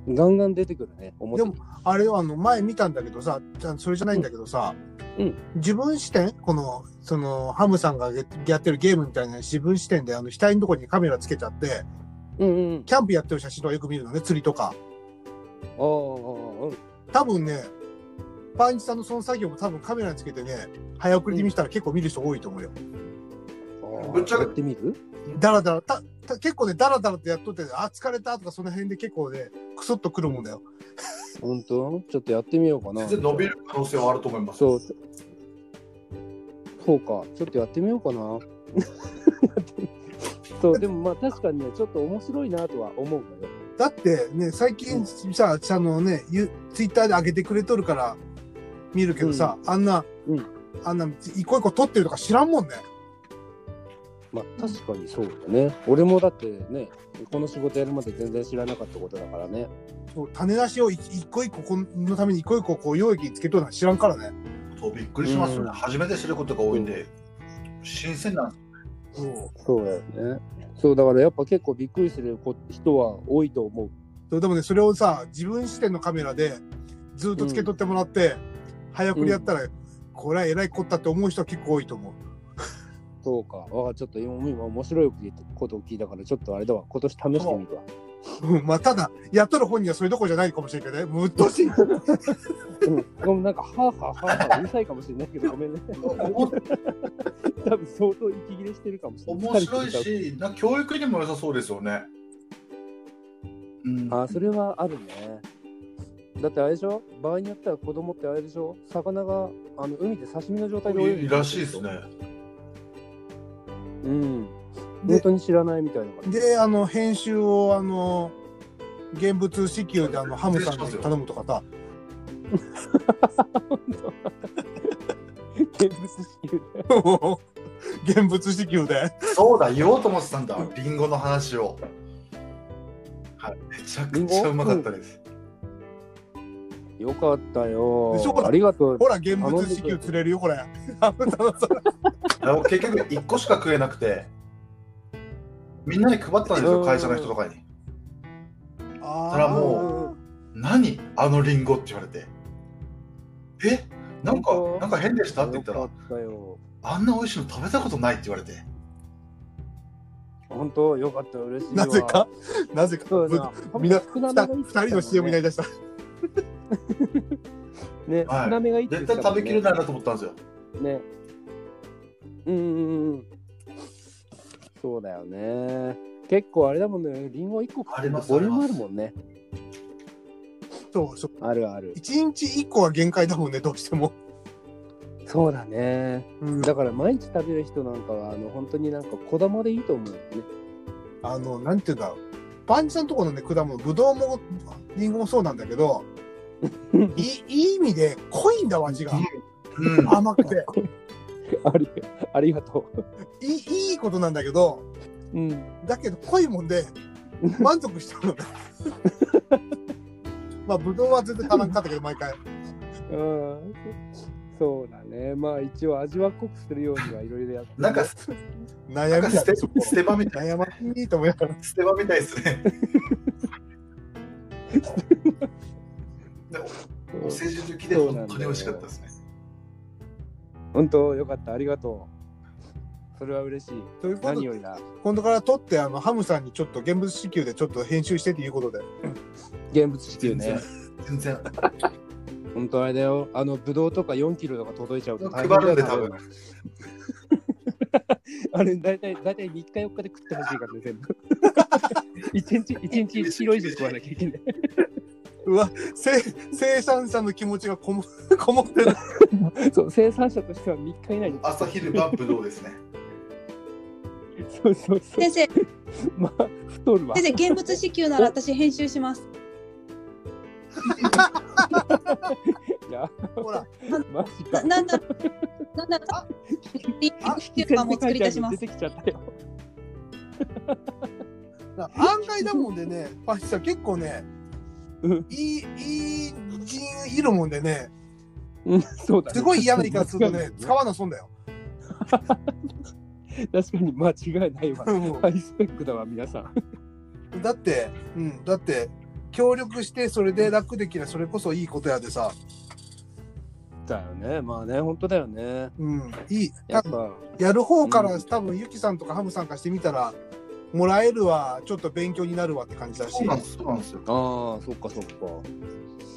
Speaker 2: ガンガン出てくるね表
Speaker 1: で
Speaker 2: に
Speaker 1: もあれよあの前見たんだけどさじゃあそれじゃないんだけどさ、
Speaker 2: うん
Speaker 1: 自分視点このそのハムさんがやってるゲームみたいな自分視点であの額のとこにカメラつけちゃって
Speaker 2: うんうん
Speaker 1: キャンプやってる写真とかよく見るのね釣りとか
Speaker 2: ああうん
Speaker 1: 多分ねパンチさんのその作業も多分カメラにつけてね早送りで見せたら結構見る人多いと思うよ、
Speaker 2: あー
Speaker 3: ぶっちゃけ
Speaker 2: やってみる
Speaker 1: だらだらたた結構ねだらだらってやっとってあ疲れたとかその辺で結構ねクソっとくるもんだよ
Speaker 2: 本当ちょっとやってみようかな
Speaker 3: 全然伸びる可能性はあると思います。
Speaker 2: そう。そうか、ちょっとやってみようかな。 そう、でもまあ確かにね、ちょっと面白いなとは思うのよ。
Speaker 1: だってね最近さ、あのねゆツイッターで上げてくれとるから見るけどさ、あんな、
Speaker 2: うん
Speaker 1: あんな一個一個撮ってるとか知らんもんね
Speaker 2: まあ確かにそうだね。俺もだってね、この仕事やるまで全然知らなかったことだからね。
Speaker 1: そう種出しを一一個一個このために一個一個こう溶液につけとるのは知らんからね
Speaker 3: そうびっくりしますよね。
Speaker 2: うん
Speaker 3: 初めて知ることが多いんで新鮮なんです。
Speaker 1: そう
Speaker 2: そうだよね。そう、だからやっぱ結構びっくりするこ人は多いと思う。
Speaker 1: そうでもねそれをさ自分視点のカメラでずっとつけとってもらって、早送りやったら、これはえらいこったって思う人は結構多いと思う
Speaker 2: そうか。わあちょっと今今面白いことを聞いたから、ちょっとあれだわ。今年試してみるわ。
Speaker 1: うんまあただやっとる本人はそれどころじゃないかもしれんけどねむっとしい
Speaker 2: うん、ごめんなんか、はあはあはあはあうるさいかもしれないけど、ごめんね。多分相当息切れしてるかもしれない。
Speaker 3: 面白いし、なんか教育にも良さそうですよね。うん
Speaker 2: あーそれはあるね。だってあれでしょ場合によっては子供ってあれでしょ魚があの海で刺身の状態で泳いで
Speaker 3: いいらしいです。ね。
Speaker 2: うん。
Speaker 1: で
Speaker 2: 本当に知らないみたいなから。
Speaker 1: であの編集をあの現物支給であのハムさんに頼むとかさ
Speaker 2: 現物支給
Speaker 1: 現物支給で
Speaker 3: そうだ、言おうと思ってたんだ、リンゴの話を。はい、めちゃくちゃうまかったです。
Speaker 2: よかったよ
Speaker 1: でしょほ。ら
Speaker 2: ありがとう。
Speaker 1: ほら現物支給釣れるよこれハムさんのさ
Speaker 3: あの結局、1個しか食えなくて、みんなに配ったんです
Speaker 2: う
Speaker 3: よ、
Speaker 2: ん
Speaker 3: 会社の人とかに。
Speaker 1: あ
Speaker 3: それは
Speaker 2: も
Speaker 3: 何あのリンゴって言われて。えなんか
Speaker 2: 本当、
Speaker 3: なんか変でしたって
Speaker 2: よ
Speaker 3: 言った
Speaker 2: からっ、たよ。
Speaker 3: あんな美味しいの食べたことないって言われて。
Speaker 2: 本当よかった嬉しい
Speaker 1: な
Speaker 2: わ。
Speaker 1: ぜかなぜか
Speaker 2: そう
Speaker 1: ぶ
Speaker 2: だな。
Speaker 1: みんな
Speaker 2: 少めがいいって
Speaker 1: 二
Speaker 2: 言ってたもんね
Speaker 1: 人の CM になりだした
Speaker 2: ね、
Speaker 3: はい
Speaker 2: 少なめがいいって言
Speaker 3: 絶
Speaker 2: ってた
Speaker 3: 対
Speaker 2: も
Speaker 3: 食
Speaker 2: んね
Speaker 3: べきれないなと思ったんですよ。
Speaker 2: ね。うんうんうん。そうだよね。結構あれだもんね、リンゴ1個
Speaker 3: あります
Speaker 2: ボリュームあるもんね。
Speaker 1: そうそう
Speaker 2: あるある。
Speaker 1: 一日一個は限界だもんねどうしても、
Speaker 2: そうだね。
Speaker 1: うん
Speaker 2: だから毎日食べる人なんかは、あの本当になんか小玉でいいと思うよね。
Speaker 1: あのなんていうんだろうパンチさんとこのね果物ぶどう もりんごもそうなんだけどいいい意味で濃いんだわ味が、
Speaker 3: うん、
Speaker 1: 甘く て
Speaker 2: ありありがと
Speaker 1: いいいいことなんだけど
Speaker 2: う。うん。
Speaker 1: だけど濃いもんで満足しちゃう のねまあぶどうは全然足らんかったけど毎回
Speaker 2: うん。そうだね。まあ一応味は濃くするようにはいろいろやってる。
Speaker 3: なんか、なん
Speaker 1: 悩
Speaker 3: か
Speaker 1: みだ
Speaker 3: 捨て捨て場みた
Speaker 1: 悩ましいと思いながら
Speaker 3: い、捨て場みたいですね。
Speaker 2: うん
Speaker 3: お世辞好きで本当に美味しかったですね。
Speaker 2: 本当よかった。ありがとう。それは嬉しい。
Speaker 1: ということ
Speaker 2: 何
Speaker 1: で
Speaker 2: よりだ。
Speaker 1: 今度から撮ってあのハムさんにちょっと現物支給でちょっと編集してっていうことで
Speaker 2: 現物支給ね。
Speaker 3: 全然
Speaker 2: 本当あれだよ。あの、ブドウとか4キロとか届いちゃうと
Speaker 3: 配
Speaker 2: 大変だよ
Speaker 3: るんで多分。
Speaker 2: あれ、大体、大体3日4日で食ってほしいからね、全部。 一日、一日1キロ以上食わなきゃいけない。
Speaker 1: うわせ生産者の気持ちがこも こもってる
Speaker 2: そう、生産者としては3日以内に。
Speaker 3: 朝昼晩ぶど うですね。
Speaker 2: そうそうそう。
Speaker 4: 先生、
Speaker 2: まあ、太るわ。
Speaker 4: 先生、現物支給なら私編集します。
Speaker 2: いや、
Speaker 1: ほら
Speaker 2: マジか
Speaker 4: な。なんだ、なんだ、あ、リ支給かも作り出します。
Speaker 2: 出てきちゃったよ。
Speaker 1: 案外だもんで ねパシさん結構ね
Speaker 2: うん
Speaker 1: いいいい人いるもんでね
Speaker 2: うん、そうだ、ね。
Speaker 1: すごい嫌な言い方すると ね使わな損だよ
Speaker 2: 確かに間違い ないわ。
Speaker 1: もう
Speaker 2: ハイスペックだわ、皆さん。
Speaker 1: だって、うん、だって、協力して、それで楽できれば、それこそいいことやでさ、
Speaker 2: だよね。まあね、本当だよね。
Speaker 1: うん、いい、
Speaker 2: や
Speaker 1: 多
Speaker 2: っ
Speaker 1: 分
Speaker 2: ぱ、
Speaker 1: やる方から、
Speaker 2: うん
Speaker 1: 多分ゆきさんとかハムさんからしてみたら、もらえるわ、ちょっと勉強になるわって感じだし、
Speaker 3: す。そうなんですよ。
Speaker 2: ああ、そっかそっか。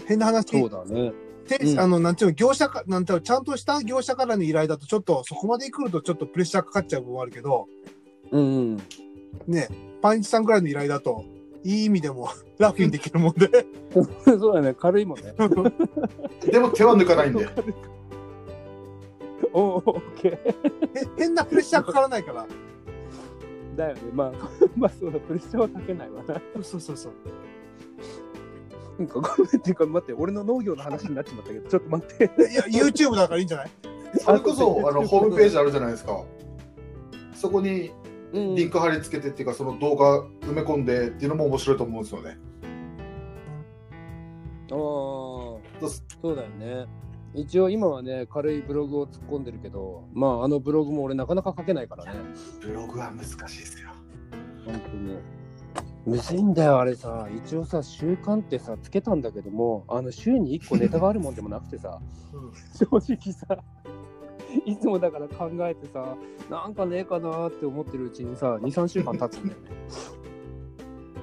Speaker 1: 変な話、
Speaker 2: そうだね。
Speaker 1: て
Speaker 2: うん
Speaker 1: あの、なんていうの、業者か、なんていうの、ちゃんとした業者からの依頼だと、ちょっと、そこまで来ると、ちょっとプレッシャーかかっちゃう部分はあるけど、
Speaker 2: うん、うん。
Speaker 1: ね、パンイチさんぐらいの依頼だと、いい意味で も楽にできるもんで、
Speaker 2: そうだね、軽いもんね。
Speaker 3: でも手は抜かないんで。
Speaker 2: おーオッケー。
Speaker 1: へ変なプレッシャーかからないから、
Speaker 2: だよね。まあ、 まあそうだ、プレッシャーはかけないわな。
Speaker 1: そうそうそう。
Speaker 2: なんか、ごめんっていうか、待って、俺の農業の話になっちまったけど、ちょっと待って。
Speaker 1: いや、YouTube だからいいんじゃない
Speaker 3: それこそあのホームページあるじゃないですか。そこにリンク貼り付けてっていうかその動画埋め込んでっていうのも面白いと思うんですよね。
Speaker 2: ああ、そうだよね。一応今はね、軽いブログを突っ込んでるけど、まああのブログも俺なかなか書けないからね。
Speaker 3: ブログは難しいですよ。
Speaker 2: 本当に。むずいんだよ、あれさ。一応さ、習慣ってさ、つけたんだけども、あの、週に1個ネタがあるもんでもなくてさ、正直さ、いつもだから考えてさ、なんかねえかなーって思ってるうちにさ、2、3週間経つんだよね。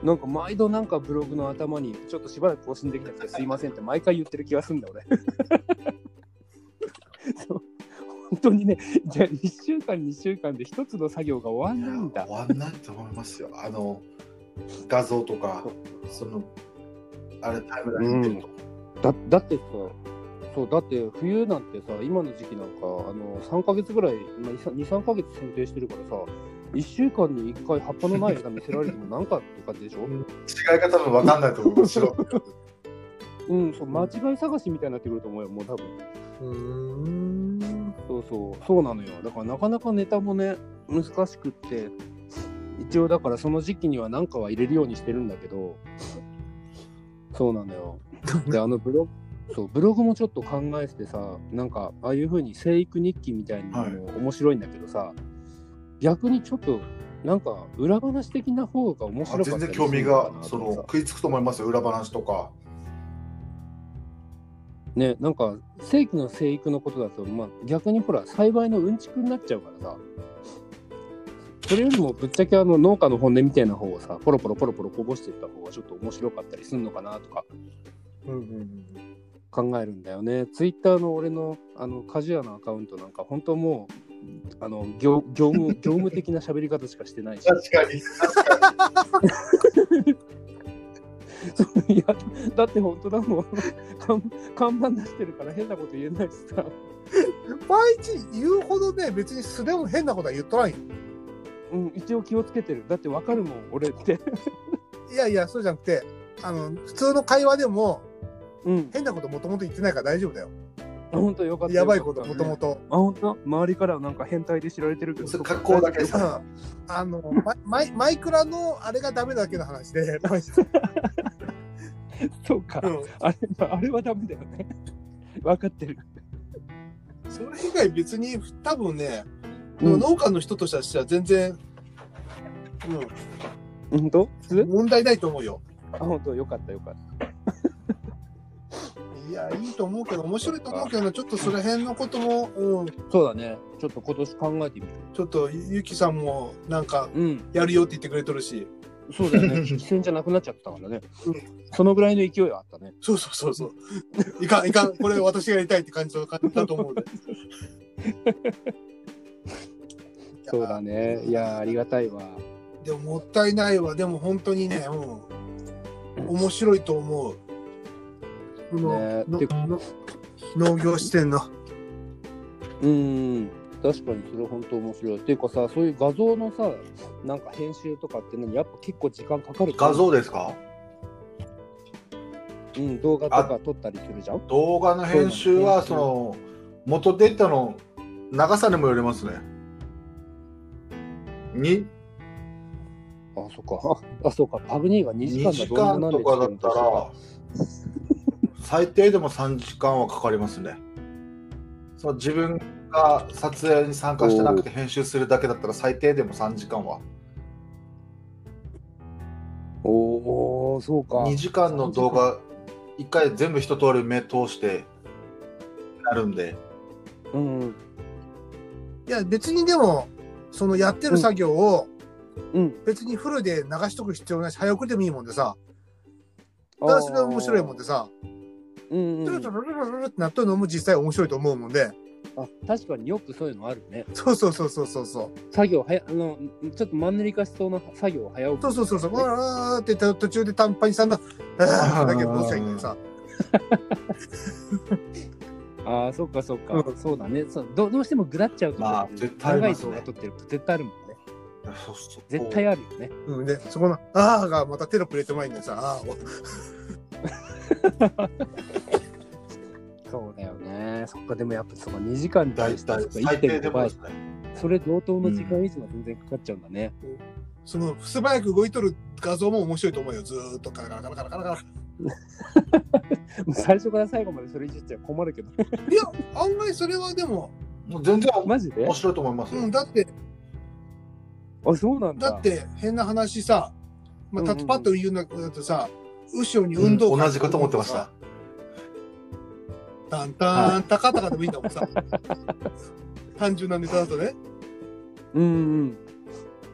Speaker 2: なんか毎度なんかブログの頭にちょっとしばらく更新できなくてすいませんって毎回言ってる気がするんだ俺。 そう本当にね、じゃあ1週間2週間で1つの作業が終わんないんだ。
Speaker 3: 終わんないと思いますよ。あの画像とかそのあれタイムライン見てると、
Speaker 2: だだってさそうだって冬なんてさ今の時期なんかあの3ヶ月ぐらい、まあ、23ヶ月剪定してるからさ1週間に1回葉っぱのない枝見せられてもなんかって感じでしょ
Speaker 3: 違いが多分わかんないと思います よ。
Speaker 2: うんそう間違い探しみたいになってくると思うよもう多分
Speaker 1: うん。
Speaker 2: そうそうそうなのよだからなかなかネタもね難しくって一応だからその時期には何かは入れるようにしてるんだけどそうなのよ であのブログそうブログもちょっと考えててさなんかああいう風に生育日記みたいなのも面白いんだけどさ、逆にちょっとなんか裏話的な方が面白か
Speaker 3: あ
Speaker 2: った
Speaker 3: 全
Speaker 2: り
Speaker 3: 然
Speaker 2: する
Speaker 3: 興味
Speaker 2: のか
Speaker 3: が
Speaker 2: なと
Speaker 3: そ
Speaker 2: 思っ
Speaker 3: の
Speaker 2: てさ
Speaker 3: 食いつくと思いますよ裏話とか。
Speaker 2: ねなんか正規の生育のことだと、まあ、逆にほら栽培のうんちくになっちゃうからさそれよりもぶっちゃけあの農家の本音みたいな方をさポロポロポロポロこぼしていった方がちょっと面白かったりするのかなとか
Speaker 1: うんうん
Speaker 2: 考えるんだよねツイッターの俺のあのカジュアルなアカウントなんか本当もうあの業業務 業務的な喋り方しかしてないし
Speaker 3: 確かに。
Speaker 2: いやだって本当だもん看看板出してるから変なこと言えないしさ
Speaker 1: 毎日言うほどね、別に素でも変なことは言っとらんよ。
Speaker 2: うん一応気をつけてるだってわかるもん俺って
Speaker 1: いやいや、そうじゃなくて、あの、普通の会話でも
Speaker 2: うん
Speaker 1: 変なこともともと言ってないから大丈夫だよ。
Speaker 2: 本当よかった。
Speaker 1: やばいこと、
Speaker 2: よか
Speaker 1: もとも
Speaker 2: っ
Speaker 1: と。
Speaker 2: たあ、本当周りからはなんか変態で知られてるけど。
Speaker 3: それ格好だけ
Speaker 1: う
Speaker 3: さ
Speaker 1: ん あの、マイマイマイクラのあれがダメだけの話 で、マイ
Speaker 2: そうか
Speaker 1: う。ん
Speaker 2: あれあれはダメだよね。 分かってる。
Speaker 1: それ以外別に多分ね、
Speaker 2: うん
Speaker 1: 農家の人としては全然、う
Speaker 2: 本当
Speaker 1: ん、問題ないと思うよ。
Speaker 2: あ、本当よかったよかっ
Speaker 1: いや、いいと思うけど、面白いと思うけど、ちょっとその辺のことも、うん、
Speaker 2: た。そうだね。ちょっと今年考えてみる。
Speaker 1: ちょっとゆきさんもなんか
Speaker 2: うん。
Speaker 1: やるよって言ってくれとるし、
Speaker 2: そうだよね。一戦じゃなくなっちゃったからね
Speaker 1: う。
Speaker 2: そのぐらいの勢いはあったね。
Speaker 1: そうそうそうそう、 いかん、いかん、これ私がやりたいって感じの感じだと思うで。
Speaker 2: そうだね。いやー、ありがたいわ。
Speaker 1: でももったいないわでも本当にね、うん、面白いと思うこの
Speaker 2: ね
Speaker 1: の
Speaker 2: て
Speaker 1: の農業視点の
Speaker 2: うん。確かにそれ本当面白い。っていうかさ、そういう画像のさ、なんか編集とかってね、やっぱ結構時間かかる
Speaker 3: 画像ですか
Speaker 2: うん、動画とか撮ったりするじゃん
Speaker 3: 動画の編集はその元データの長さにもよりますね。に
Speaker 2: あ、そっか。 あ、あそうか。パブニーが2
Speaker 3: 2
Speaker 2: 時
Speaker 3: 時
Speaker 2: 間だ
Speaker 3: 間とかだったら最低でも3時間はかかりますね。その自分が撮影に参加してなくて編集するだけだったら最低でも3時間は
Speaker 2: おお、そうか。
Speaker 3: 2時間の動画1回全部一通り目通してなるんで
Speaker 2: うん。
Speaker 1: いや別にでもそのやってる作業を
Speaker 2: うん。
Speaker 1: 別にフルで流しとく必要ないし早送りでもいいもんでさただそれは面白いもんでさ
Speaker 2: うん、
Speaker 1: ルル
Speaker 2: うん。
Speaker 1: ルルルルルってなっとるのも実際面白いと思うもんで
Speaker 2: あ、確かによくそういうのあるね。
Speaker 1: そうそうそうそうそうそう
Speaker 2: 作業はや、あの、ちょっとマンネリ化しそうな作業を早送
Speaker 1: そう
Speaker 2: り。
Speaker 1: そうそうそううわーって言った途中で短パンにさんの「ああ」だけどどうしたらいいんだよさ
Speaker 2: ああ、そっかそっか。
Speaker 1: う
Speaker 2: そうだねそうど。どうしてもぐだっちゃうと、
Speaker 3: まあ絶対あり
Speaker 2: 長
Speaker 3: ま
Speaker 2: い
Speaker 3: す
Speaker 2: 動
Speaker 3: ね
Speaker 2: 画撮ってると絶対あるもんね。
Speaker 3: そそこ
Speaker 2: 絶対あるよね。
Speaker 1: うんでそこの「ああ」がまたテロップ入れてもいいんでさ「ああ」
Speaker 2: そうだよね。そっか、でもやっぱその2時間に
Speaker 3: 大
Speaker 2: 対して
Speaker 3: 体
Speaker 2: そっか
Speaker 3: 最低で
Speaker 2: 1.5
Speaker 3: もで
Speaker 2: 倍
Speaker 3: す。ね
Speaker 2: それ同等の時間以上は全然かかっちゃうんだね。
Speaker 1: その素早く動いとる画像も面白いと思うよ。ずーっとカラカラカラカラカラカラ。
Speaker 2: もう 最初から最後までそれいじっちゃ困るけ ど。
Speaker 1: いや、案外それはでも、
Speaker 3: もう全然
Speaker 2: マジで
Speaker 3: 面白いと思いますよ
Speaker 1: うん、だって、
Speaker 2: あ、そうなんだ。
Speaker 1: だって変な話さ、まあ、
Speaker 2: うんう
Speaker 1: た
Speaker 2: ん
Speaker 1: つパッと言うなだってさ、後ろに
Speaker 3: うん
Speaker 1: 運動会
Speaker 3: 同じこと思ってました。
Speaker 1: タンタンタカタカでもいいんだもんさ。 単純なネタだとね。
Speaker 2: うんうん。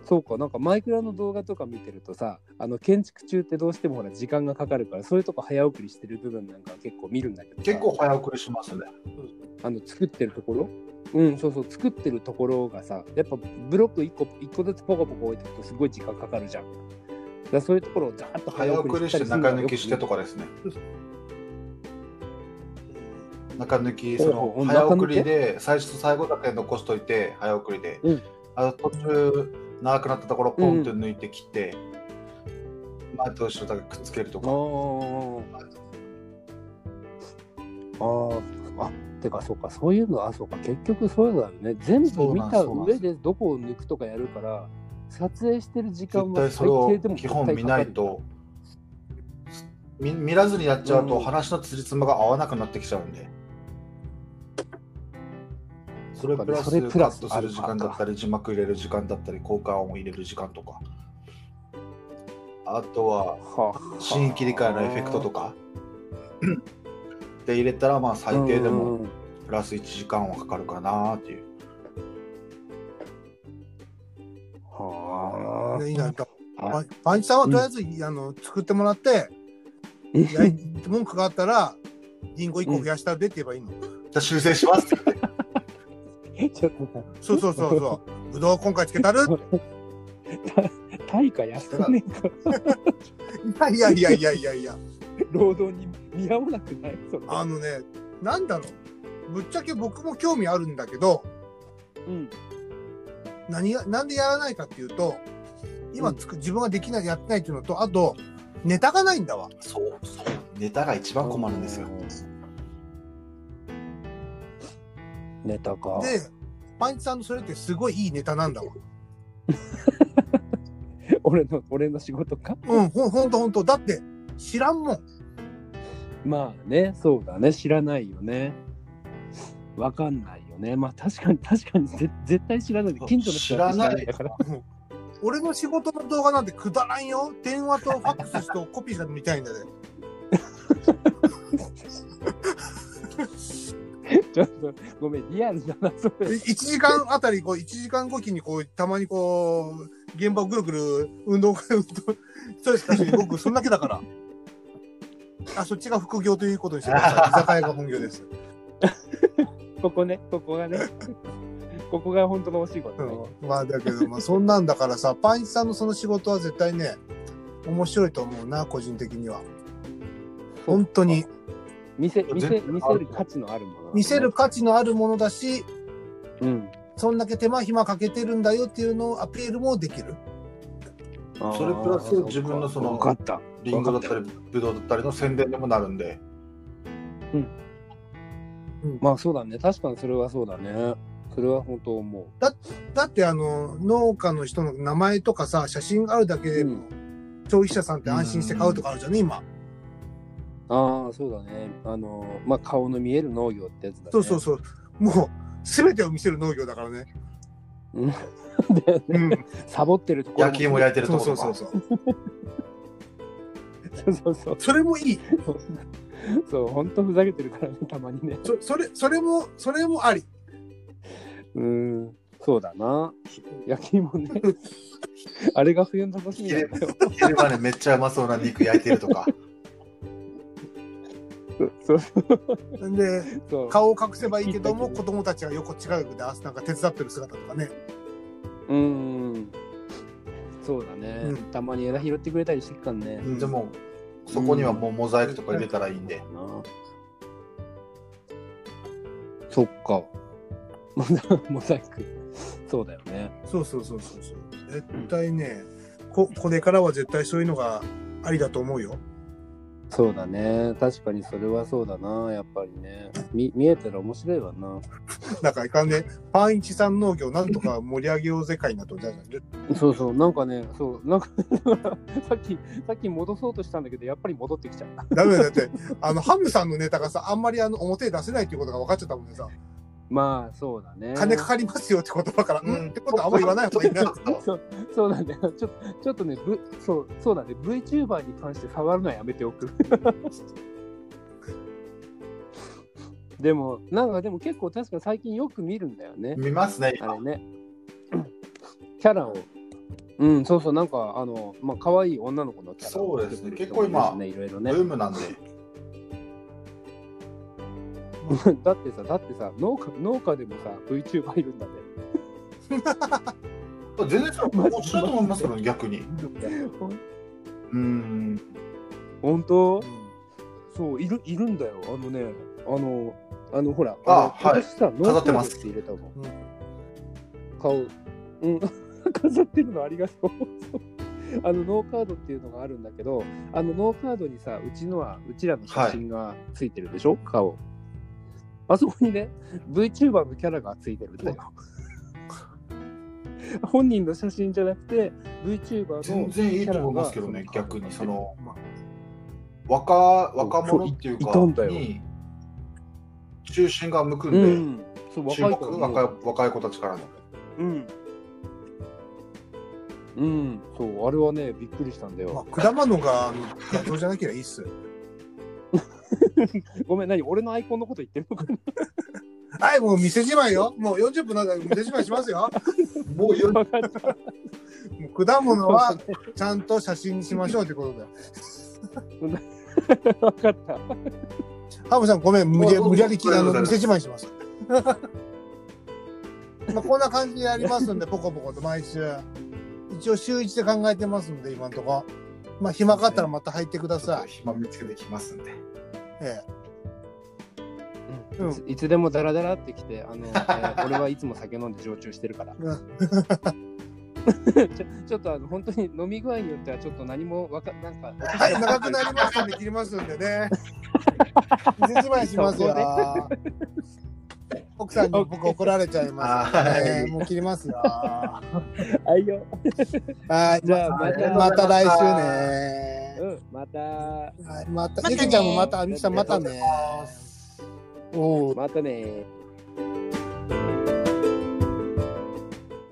Speaker 2: そうか、なんかマイクラの動画とか見てるとさ、あの建築中ってどうしてもほら時間がかかるから、そういうとこ早送りしてる部分なんか結構見るんだけどさ。
Speaker 3: 結構早送りしますね
Speaker 2: あの作ってるところうん、そうそう、作ってるところがさ、やっぱブロック一個一個ずつポコポコ置いてるとすごい時間かかるじゃん。だからそういうところをざーっと
Speaker 3: 早
Speaker 2: 早送
Speaker 3: 送り
Speaker 2: りし
Speaker 3: したて
Speaker 2: りする
Speaker 3: 中抜きして
Speaker 2: と
Speaker 3: とかですね中抜き
Speaker 2: ほう
Speaker 3: そ
Speaker 2: ほううん
Speaker 3: の早送りで最初と最後だけ残しといて早送りで、
Speaker 2: うん
Speaker 3: あと途中長くなったところポンって抜いて切って、前と後ろだけくっつけると
Speaker 2: あ
Speaker 3: か
Speaker 2: ーあーあてかそうかそういうのあそうか結局そういうのだよね全部見た
Speaker 3: そうなんで
Speaker 2: 上
Speaker 3: す
Speaker 2: でどこを抜くとかやるから撮影してる時間
Speaker 3: 絶
Speaker 2: は
Speaker 3: 対そ
Speaker 2: 最
Speaker 3: れ
Speaker 2: 低
Speaker 3: を
Speaker 2: でも
Speaker 3: 基本見ないとみ見らずにやっちゃう
Speaker 2: う
Speaker 3: と
Speaker 2: ん
Speaker 3: 話のつりつまが合わなくなってきちゃうんで、それプラス
Speaker 2: それプ
Speaker 3: カ
Speaker 2: ラス
Speaker 3: ットする時間だったり字幕入れる時間だったり効果音を入れる時間とかあとはシーン切り替えのエフェクトと
Speaker 2: か
Speaker 3: かで入れたらまあ最低でもプラス1時間はかかるかなっていう
Speaker 2: は
Speaker 1: ねいいなと。
Speaker 2: あ
Speaker 1: パンパンチさんはとりあえず、あの作ってもらって、やり文句があったら、リンゴ1個増やしたでって言えばいいの。
Speaker 3: じゃあ修正しますって
Speaker 2: ちょっとさ
Speaker 1: そうそうそうそう。ぶどう今回つけたる
Speaker 2: 対価安くねえか
Speaker 1: いやいやいやいやいや。
Speaker 2: 労働に見合わなくないそれ
Speaker 1: あのね、なんだろう。ぶっちゃけ僕も興味あるんだけど、
Speaker 2: うん
Speaker 1: 何が、なんでやらないかっていうと、今つく、自分ができない、やってないっていうのと、あと、ネタがないんだわ。
Speaker 3: そうそうネタが一番困るんですよ
Speaker 2: ネタか。
Speaker 1: で、パンチさんのそれってすごいいいネタなんだわ。
Speaker 2: 俺の、俺の仕事か。
Speaker 1: うん、ほんほんとほんと。だって、知らんもん。
Speaker 2: まあね、そうだね、知らないよね。わかんないよね。まあ確かに、確かに、ぜ絶対知らない。近所の人は
Speaker 3: 知らない
Speaker 2: だから。
Speaker 1: 俺の仕事の動画なんてくだらんよ。電話とファックスとコピーしたの見たいんだで。
Speaker 2: ちょっと、ごめん、リアルだな、それ。
Speaker 1: 1時間あたりこう1時間ごきにこうたまにこう現場をぐるぐる運動会運動ストレスかしに僕そんだけだからあそっちが副業ということにしてくだ さい居酒屋が本業です、
Speaker 2: ここね、ここがね。 ここが本当のお仕事、
Speaker 1: う
Speaker 2: ね
Speaker 1: ん、まあだけどまあそんなんだからさパンチさんのその仕事は絶対ね面白いと思うな個人的には本当に
Speaker 2: 見せ、見せ、
Speaker 3: 全然
Speaker 2: 見せる価値のあるもの、
Speaker 1: 見せる。価値のあるものだし
Speaker 2: うん。
Speaker 1: そんだけ手間暇かけてるんだよっていうのをアピールもできる
Speaker 3: それプラス自分のその
Speaker 2: 分かった。
Speaker 3: リンゴだったり、ブドウだったりの宣伝でもなるんで、
Speaker 2: まあそうだね。確かにそれはそうだね。それは本当思う。
Speaker 1: だってあの農家の人の名前とかさ写真があるだけでも、消費者さんって安心して買うとかあるじゃんね今
Speaker 2: ああ、そうだね。あの、まあ顔の見える農業ってやつだね。
Speaker 1: そうそうそうもう全てを見せる農業だからね
Speaker 2: うん
Speaker 1: うん
Speaker 2: サボってるところ
Speaker 3: 焼き芋焼いてる
Speaker 1: そ
Speaker 3: と
Speaker 1: う
Speaker 3: こ
Speaker 1: そ
Speaker 3: ろ
Speaker 1: う
Speaker 3: とか
Speaker 1: そうそう
Speaker 2: そう そうそう。
Speaker 1: それもいい
Speaker 2: そう、本当ふざけてるからね、 たまにね。
Speaker 1: そそれそれもそれもあり
Speaker 2: うん。そうだな。焼き芋 ね。あれが冬の楽しみなんだよ。
Speaker 3: 昼間ねめっちゃうまそうな肉焼いてるとか
Speaker 2: そうそう
Speaker 1: で
Speaker 2: そう。
Speaker 1: 顔を隠せばいいけど も子供たちが横近くであなんか手伝ってる姿とかね
Speaker 2: うん。そうだね、
Speaker 1: うん
Speaker 2: たまに枝拾ってくれたりしてっかんね。
Speaker 1: うん
Speaker 3: でもそこにはもうモザイクとか入れたらいいんで、
Speaker 2: なそっか。 モザモザイク。そうだよね。
Speaker 1: そうそうそうそうそう絶対ねここれからは絶対そういうのがありだと思うよ
Speaker 2: そうだね。確かにそれはそうだな。やっぱりね。み見えたら面白いわな。
Speaker 1: だからいかんねパンイチさん農業なんとか盛り上げようぜ会になっておじゃない
Speaker 2: そうそう。なんかね、そう。なんか、 さっき、さっき戻そうとしたんだけど、やっぱり戻ってきちゃった。
Speaker 1: ダメだよだって、あの、ハムさんのネタがさ、あんまりあの、表に出せないっていうことが分かっちゃったもんでさ、
Speaker 2: まあ、そうだね。
Speaker 1: 金かかりますよって言葉から、う
Speaker 3: うん
Speaker 1: ん、ってことはあんまり言わない方がいい な。
Speaker 2: そうそうなんだよ。 ちょちょっとね、v、そう、そうだね。VTuber に関して触るのはやめてお く。でも、なんかでも結構確か最近よく見るんだよね。
Speaker 3: 見ますね
Speaker 2: あれね。 キャラを。うん、そうそう、なんか、あの、まあ、可愛い女の子のキャラを
Speaker 3: そうです
Speaker 2: 作っ
Speaker 3: ね
Speaker 2: てる人
Speaker 3: 結構今
Speaker 2: もいるしね、いろいろ
Speaker 3: ブ
Speaker 2: ね。
Speaker 3: ームなんで
Speaker 2: だってさ、だってさ、農家農家でもさ、VTuber いるんだね。
Speaker 3: 全然それ面白いと思いますけど、ね、逆にうん
Speaker 2: 本当そう、いる、いるんだよ。あのね、あの、あの、ほら、
Speaker 3: あ
Speaker 2: の
Speaker 3: はい
Speaker 2: 私さ、ノ
Speaker 3: 飾
Speaker 2: ー
Speaker 3: ってます
Speaker 2: プロジェクト入れたも
Speaker 1: う
Speaker 2: ん
Speaker 1: ん。
Speaker 2: 顔、うん、飾ってるのありがとう。 あのノーカードっていうのがあるんだけど、あのノーカードにさ、うちのは、うちらの写真がついてるでしょ、顔。あそこにね、VTuber のキャラがついてるんだよ。 本人の写真じゃなくて、VTuber のキャラ
Speaker 3: 全
Speaker 2: が
Speaker 3: 然いいと思いますけど
Speaker 2: その
Speaker 3: ね
Speaker 2: カード
Speaker 3: 逆
Speaker 2: に
Speaker 3: に
Speaker 2: なって
Speaker 3: そ
Speaker 2: る
Speaker 3: の若若者っていう
Speaker 2: い
Speaker 3: か
Speaker 2: たんだよ
Speaker 3: に中心が向くんで、
Speaker 2: うん、そう
Speaker 3: 注
Speaker 2: 若い
Speaker 3: 目
Speaker 2: 子
Speaker 3: が
Speaker 2: は
Speaker 3: 若い若い子たちからの
Speaker 2: うん。うん、そう、あれはね、びっくりしたんだ
Speaker 1: まあ
Speaker 2: よ。、
Speaker 1: 果物があの画像じゃなければいいっす。
Speaker 2: ごめん、何俺のアイコンのこと言ってるのかな
Speaker 1: はい、もう店じまいよ。もう40分なんだから店じまいしますよ。
Speaker 3: もうよ
Speaker 2: 分かった。
Speaker 1: もう果物はちゃんと写真にしましょうってことだよ。
Speaker 2: 分かった。
Speaker 1: ハムさん、ごめん、無理や
Speaker 3: もう
Speaker 1: 無理やり
Speaker 3: もう
Speaker 1: あ
Speaker 3: もう
Speaker 1: の店じまいします。 まあ、こんな感じでやりますんで、ポコポコと毎週。一応週一で考えてますんで、今んとこ。まあ、暇かったらまた入ってくだ
Speaker 3: ちょ
Speaker 1: さ
Speaker 3: っと
Speaker 1: い。
Speaker 3: 暇見つけてきますんで
Speaker 1: え
Speaker 2: うんいついつでもダラダラってきて、あの、えー 俺はいつも酒飲んで常駐してるから。
Speaker 1: う
Speaker 2: ちょちょっとあの本当に飲み具合によってはちょっと何もわかなん か
Speaker 1: え。はい、長くなりますんで、切りますんでね。店じまいしますよ。奥さんに僕怒られちゃいますね、
Speaker 3: はい
Speaker 1: もう切りますよ。
Speaker 2: はいよ。
Speaker 1: はい、
Speaker 2: じ
Speaker 1: じ
Speaker 2: ゃ
Speaker 1: ゃあ、
Speaker 2: あま
Speaker 1: ま
Speaker 2: た
Speaker 1: た来週ね。
Speaker 2: うん、また。
Speaker 1: はい、ま
Speaker 4: また
Speaker 1: た、
Speaker 4: ね
Speaker 1: ゆきちゃんもまた、あみきさんまたね。おお。
Speaker 2: またね。
Speaker 3: あ